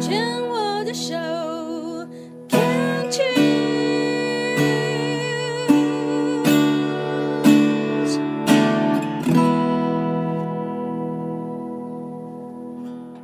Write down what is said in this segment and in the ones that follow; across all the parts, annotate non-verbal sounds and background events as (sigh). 牵我的手，Can't you？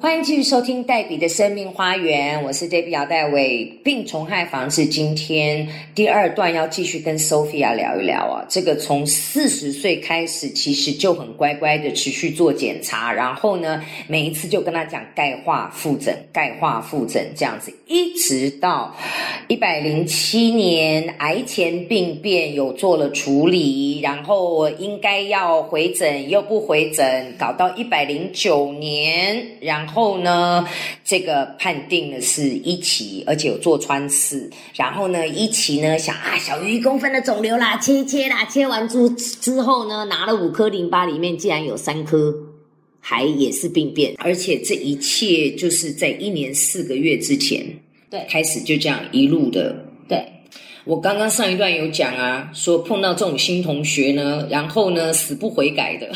欢迎继续收听黛比的生命花园，我是 Debbie 姚黛伟。病虫害防治，今天第二段要继续跟 Sophia 聊一聊啊。这个从四十岁开始，其实就很乖乖的持续做检查，然后呢，每一次就跟他讲钙化复诊、钙化复诊这样子，一直到一百零七年癌前病变有做了处理，然后应该要回诊又不回诊，搞到一百零九年，然后呢，这个判定的是一期，而且有做穿刺，然后呢，一期呢想啊小于一公分的肿瘤啦，切一切啦，切完之之后呢，拿了五颗淋巴，里面竟然有三颗还也是病变，而且这一切就是在一年四个月之前。对开始就这样一路的。对，我刚刚上一段有讲啊，说碰到这种新同学呢，然后呢死不悔改的。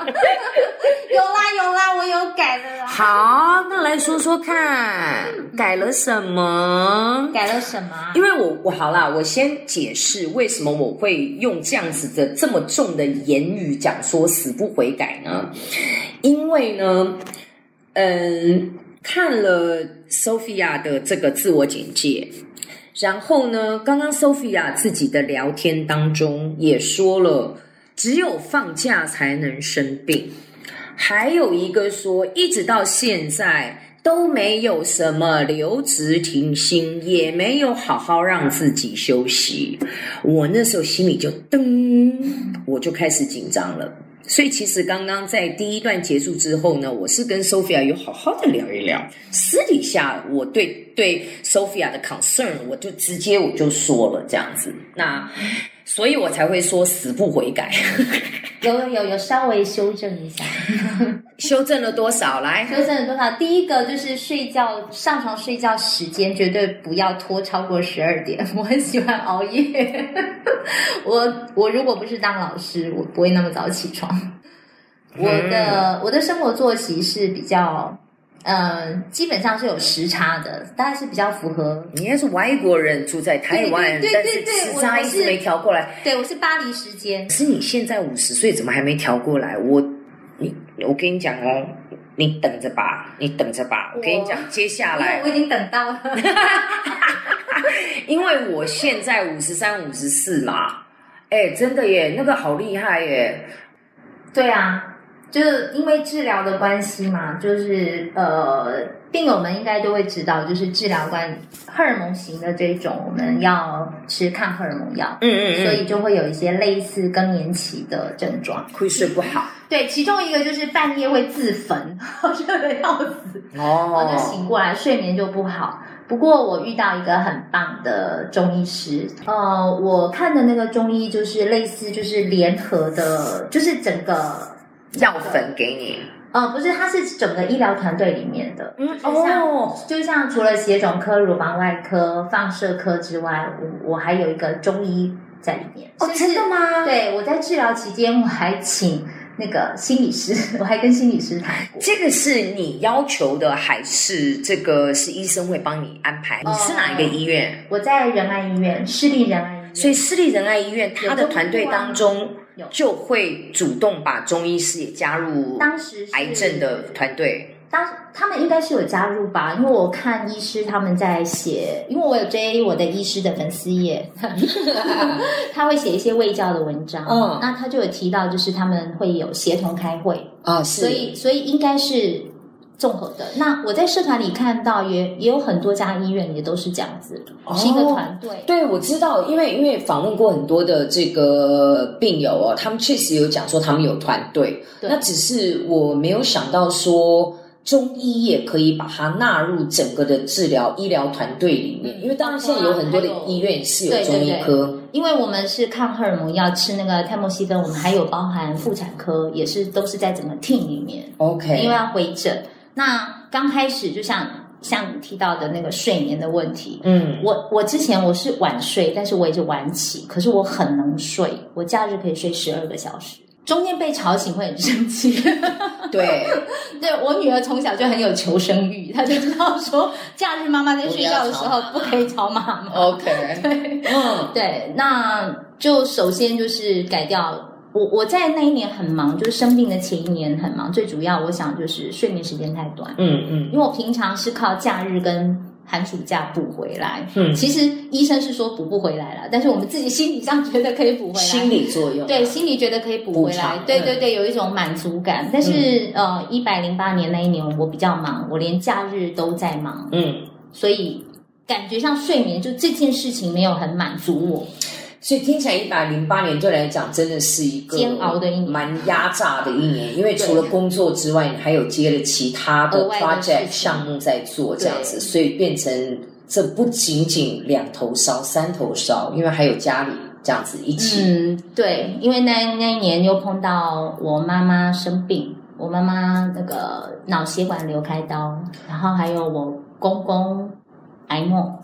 有啦有啦，我有改了啦。好，那来说说看，改了什么？改了什么啊因？为我我好啦，我先解释为什么我会用这样子的这么重的言语讲说死不悔改呢？因为呢，嗯，看了 Sophia 的这个自我简介，然后呢，刚刚 Sophia 自己的聊天当中也说了，只有放假才能生病。还有一个说，一直到现在都没有什么留职停薪，也没有好好让自己休息。我那时候心里就噔，我就开始紧张了。所以其实刚刚在第一段结束之后呢，我是跟 Sophia 有好好的聊一聊。私底下我对对 Sophia 的 concern，我就直接我就说了这样子。那所以我才会说死不悔改。 (laughs) 有有有有，稍微修正一下，修正了多少？来，修正了多少？第一个就是睡觉，上床睡觉时间绝对不要拖超过十二点。 (laughs) 我很喜欢熬夜， (laughs) 我我如果不是当老师，我不会那么早起床。我的、我的生活作息是比较，呃，基本上是有时差的，大概是比较符合。你也是外国人，住在台湾，对对对对但是时我差我一是直没调过来。对我是巴黎时间可，是你现在五十岁，怎么还没调过来？我，你，我跟你讲哦，你等着吧，你等着吧。我我跟你讲，接下因为来我，已经等到了。因为我现在五十三、五十四嘛，哎，真的耶，那个好厉害耶。对啊，就是因为治疗的关系嘛，就是呃，病友们应该都会知道，就是治疗关荷尔蒙型的这种，我们要吃抗荷尔蒙药，嗯嗯所以就会有一些类似更年期的症状。会睡不好对，其中一个就是半夜会自焚， (laughs) 我热的要死，然后就哦。醒过来，睡眠就不好。不过我遇到一个很棒的中医师，呃，我看的那个中医就是类似就是联合的，就是整个药粉给你，呃，不是，它是整个医疗团队里面的，嗯就是像，就像除了血肿科、乳房外科、放射科之外，我我还有一个中医在里面。哦，真甚至的吗？对，我在治疗期间，我还请那个心理师，我还跟心理师谈过。这个是你要求的，还是这个是医生会帮你安排？你哦是哪一个医院？我在仁爱医院，市立仁爱医院，所以私立仁爱医院，它的团队当中有就会主动把中医师也加入当时是癌症的团 (laughs) 队。当时他们应该是有加入吧，因为我看医师他们在写，因为我有追我的医师的粉丝页， (laughs) 他会写一些卫教的文章，嗯那他就有提到，就是他们会有协同开会，哦，所以所以应该是综合的。那我在社团里看到也也有很多家医院也都是这样子，哦是一个团队，对，我知道，因为因为访问过很多的这个病友哦，他们确实有讲说他们有团队，对那只是我没有想到说中医也可以把它纳入整个的治疗医疗团队里面，嗯因为当然现在有很多的医院是有对对中医科，因为我们是抗荷尔蒙药，吃那个泰莫西芬，我们还有包含妇产科，也是都是在整个 team 里面。因 OK，为要回诊。那刚开始就像像你提到的那个睡眠的问题，嗯，我我之前我是晚睡，但是我也是晚起，可是我很能睡，我假日可以睡十二个小时。中间被吵醒会很生气。 (laughs) 对，对我女儿从小就很有求生欲，她就知道说假日妈妈在睡觉的时候不可以吵妈妈。 (laughs) OK，对嗯，对，那就首先就是改掉。我我在那一年很忙，就是生病的前一年很忙，最主要我想就是睡眠时间太短，嗯嗯因为我平常是靠假日跟寒暑假补回来。嗯，其实医生是说补不回来了，但是我们自己心理上觉得可以补回来。心理作用，对，心里觉得可以补补回来偿，对嗯对对，有一种满足感。但是、呃，一百零八年那一年我比较忙，我连假日都在忙，嗯，所以感觉上睡眠就这件事情没有很满足我。所以听起来一百零八年对你来讲真的是一个煎熬的一年嗯蛮压榨的一年，因为除了工作之外，你还有接了其他额的外的事 project 情项目在做，这样子，对所以变成这不仅仅两头烧、三头烧，因为还有家里这样子一起，嗯，对，因为那那一年又碰到我妈妈生病，我妈妈那个脑血管瘤开刀，然后还有我公公癌末，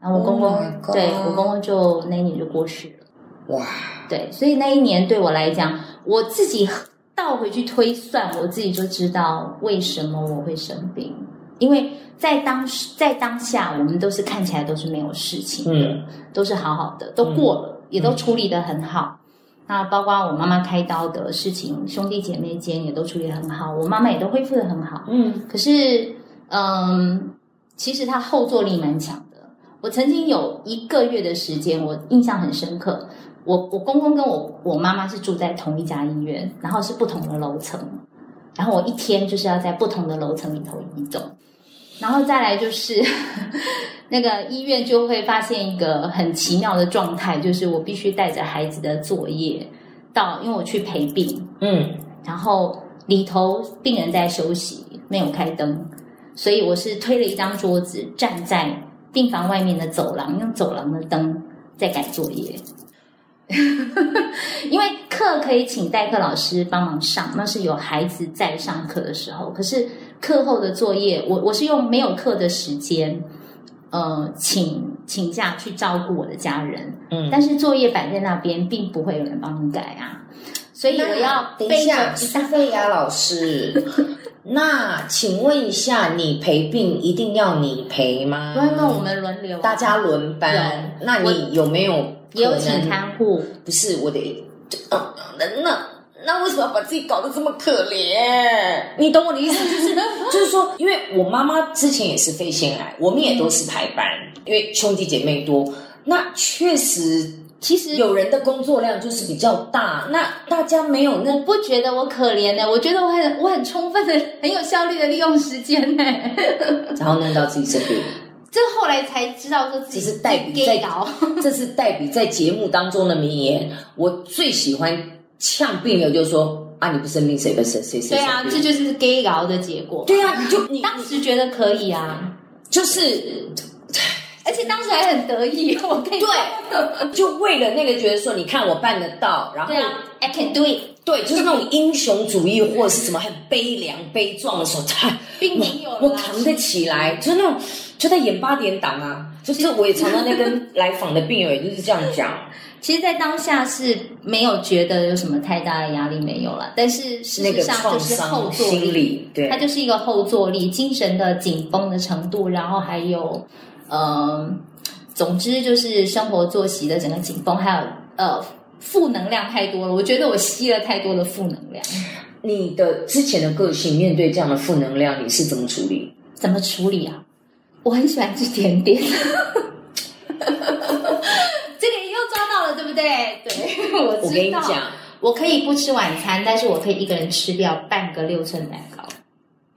然后我公公、 Oh my God 对我公公就那一年就过世了。哇，对，所以那一年对我来讲，我自己倒回去推算，我自己就知道为什么我会生病，因为在当时在当下，我们都是看起来都是没有事情的，嗯都是好好的，都过了，也都处理的很好。那包括我妈妈开刀的事情，兄弟姐妹间也都处理的很好，我妈妈也都恢复的很好。嗯可是，嗯，其实它后坐力蛮强的。我曾经有一个月的时间，我印象很深刻。我我公公跟我我妈妈是住在同一家医院，然后是不同的楼层，然后我一天就是要在不同的楼层里头移动，然后再来就是 (laughs) 那个医院就会发现一个很奇妙的状态，就是我必须带着孩子的作业到，因为我去陪病，嗯，然后里头病人在休息，没有开灯，所以我是推了一张桌子，站在病房外面的走廊，用走廊的灯在改作业。 (laughs) 因为课可以请代课老师帮忙上，那是有孩子在上课的时候。可是课后的作业，我我是用没有课的时间，呃，请请假去照顾我的家人。嗯但是作业摆在那边，并不会有人帮你改啊。所以我要等背一下，着苏菲亚老师，那请问一下，你陪病一定要你陪吗？那那我们轮流啊，大家轮班，那你有没有也有可能请看护，不是我的，就嗯那那那为什么要把自己搞得这么可怜？你懂我的意思，就是 (laughs) 就是说，因为我妈妈之前也是肺腺癌，我们也都是排班，因为兄弟姐妹多，那确实其实有人的工作量就是比较大，那大家没有那不觉得我可怜呢、我觉得我很我很充分的、很有效率的利用时间呢、然后弄到自己生病。 (laughs) 这后来才知道说自己只是代笔在在搞，这是黛比在节目当中的名言，我最喜欢呛病友，就是说啊，你不生病谁不生谁谁对生啊，病这就是 gay 搞的结果。对 (laughs) 啊，你就你当时觉得可以啊，就是而且当时还很得意，我可以对，就为了那个觉得说，你看我办得到，然后对啊，I can do it，对就是那种英雄主义或者是什么很悲凉悲壮 (laughs) 的时候，他并没有啦我扛得起来，就是那种就在演八点档啊，就是我也常常在跟来访的病友也就是这样讲，其实，在当下是没有觉得有什么太大的压力，没有了。但是 (laughs) 事那实个上创就是后伤坐心力，理，对它，就是一个后坐力，精神的紧绷的程度，然后还有，呃，总之就是生活作息的整个紧绷，还有呃负能量太多了。我觉得我吸了太多的负能量，你的之前的个性面对这样的负能量，你是怎么处理？怎么处理啊？我很喜欢吃 (laughs) 甜点，这个又抓到了，对不对？对，我知道。我跟你讲，我可以不吃晚餐，但是我可以一个人吃掉半个六寸蛋糕。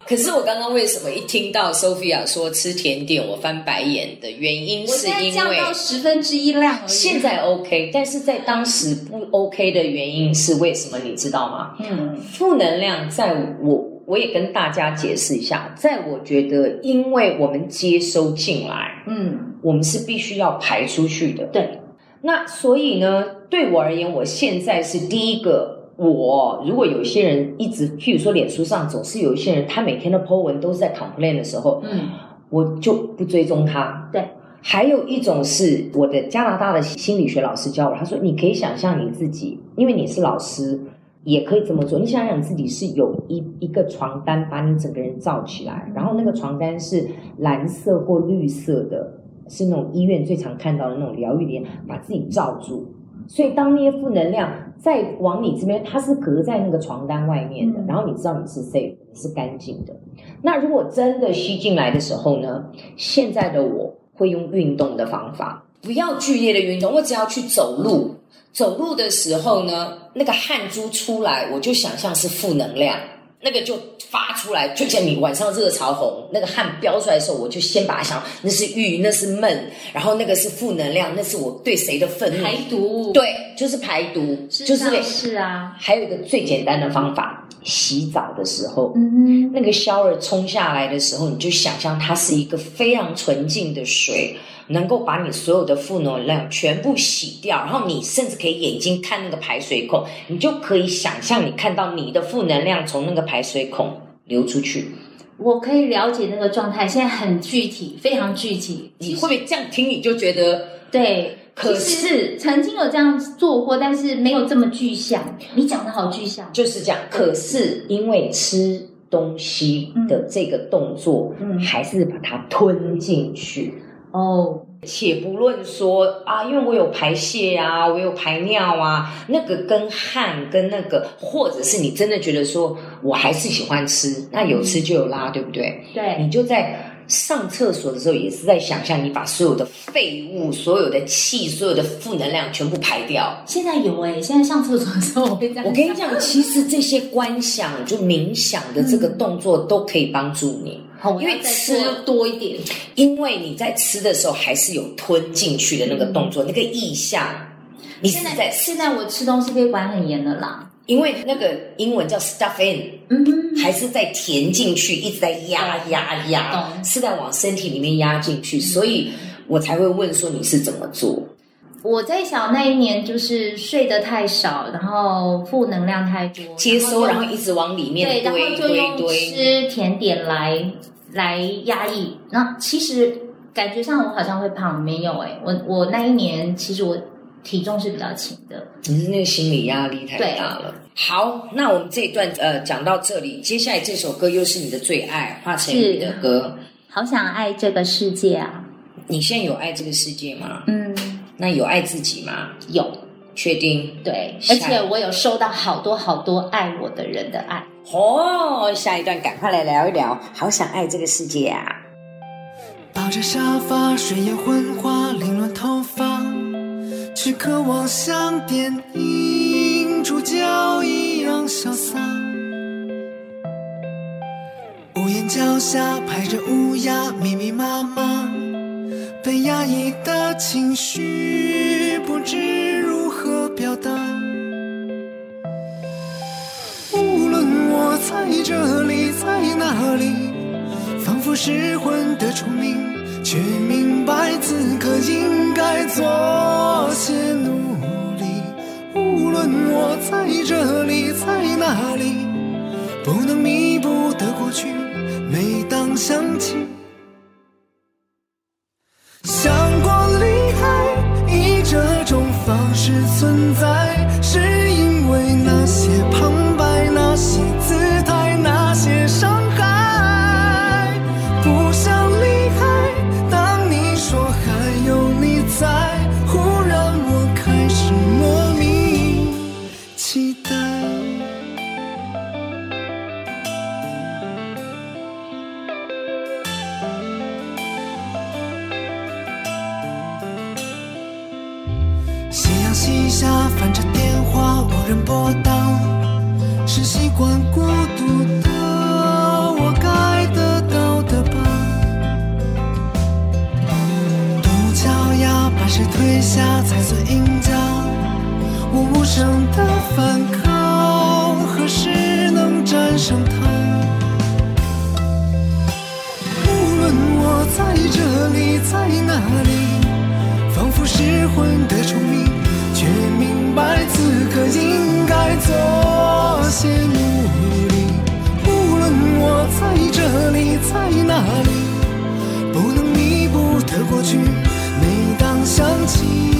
可是我刚刚为什么一听到 Sophia 说吃甜点，我翻白眼的原因我是现在因降为到十分之一量而已。现在 OK，但是在当时不 OK 的原因是为什么？你知道吗？嗯，负能量在我，我也跟大家解释一下，在我觉得，因为我们接收进来，嗯，我们是必须要排出去的。对，那所以呢，对我而言，我现在是第一个。我如果有些人一直，譬如说脸书上总是有一些人，他每天的 po 文都是在 complain 的时候，嗯，我就不追踪他。对，还有一种是我的加拿大的心理学老师教我，他说你可以想象你自己，因为你是老师，也可以这么做。你想想，你自己是有一一个床单把你整个人罩起来，然后那个床单是蓝色或绿色的，是那种医院最常看到的那种疗愈帘，把自己罩住。所以当那些负能量再往你这边，它是隔在那个床单外面的，嗯然后你知道你是 safe，你是干净的。那如果真的吸进来的时候呢？现在的我会用运动的方法，不要剧烈的运动，我只要去走路。走路的时候呢，那个汗珠出来，我就想象是负能量，那个就发出来，就像你晚上热潮红，那个汗飙出来的时候，我就先把它想，那是郁，那是闷，然后那个是负能量，那是我对谁的愤怒，排毒，，嗯对，就是排毒，事就实是上是啊，还有一个最简单的方法，洗澡的时候，嗯那个 shower 冲下来的时候，你就想象它是一个非常纯净的水，能够把你所有的负能量全部洗掉，然后你甚至可以眼睛看那个排水孔，你就可以想象你看到你的负能量从那个排水孔流出去。我可以了解那个状态，现在很具体，非常具体。你会不会这样听你就觉得对，嗯可其实曾经有这样做过，但是没有这么具象。你讲的好具象，就是这样。可是因为吃东西的这个动作，嗯还是把它吞进去。哦，且不论说啊，因为我有排泄啊，我有排尿啊，那个跟汗跟那个，或者是你真的觉得说我还是喜欢吃，那有吃就有嗯拉，对不对？对，嗯你就在上厕所的时候，也是在想象你把所有的废物、所有的气、所有的负能量全部排掉。现在有哎、现在上厕所的时候我会这样想。我我跟你讲，其实这些观想就冥想的这个动作都可以帮助你。好，我因为要再吃多多一点，因为你在吃的时候还是有吞进去的那个动作，那个意象，你是嗯现在在，现在我吃东西被管很严的啦。因为那个英文叫 stuff in，嗯哼，还是在填进去，一直在压压压，懂嗯是在往身体里面压进去，所以我才会问说你是怎么做。我在想那一年就是睡得太少，然后负能量太多，接收，然然后后一直往里就面对，然堆后就堆用堆，吃甜点来来压抑。那其实感觉上我好像会胖，没有哎、我我那一年其实我体重是比较轻的，你是那个心理压力太大了。好，那我们这一段呃讲到这里，接下来这首歌又是你的最爱，华晨宇的歌。好想爱这个世界啊，你现在有爱这个世界吗？嗯，那有爱自己吗？有确定对，下一而且我有收到好多好多爱我的人的爱。哦。下一段赶快来聊一聊，好想爱这个世界啊！抱着沙发，睡眼昏花，凌乱头发，只渴望像电影主角一样潇洒。屋檐脚下排着乌鸦，密密麻麻，被压抑的情绪不知如何表达。无论我在这里，在哪里。仿佛失魂的虫鸣，却明白此刻应该做些努力。无论我在这里，在哪里，不能弥补的过去，每当想起，想过离开，以这种方式存在，是因为那些旁白，那些姿态，那些伤害。不想离开，当你说还有你在，忽然我开始莫名期待。夕阳西下，翻着电话，无人拨打，是习惯孤独的我该得到的吧？独木桥呀，把谁推下才算赢家？我无声的反抗，何时能战胜它？无论我在这里，在哪里。仿佛失魂的虫鸣，却明白此刻应该做些努力。无论我在这里，在哪里，不能弥补的过去，每当想起。哦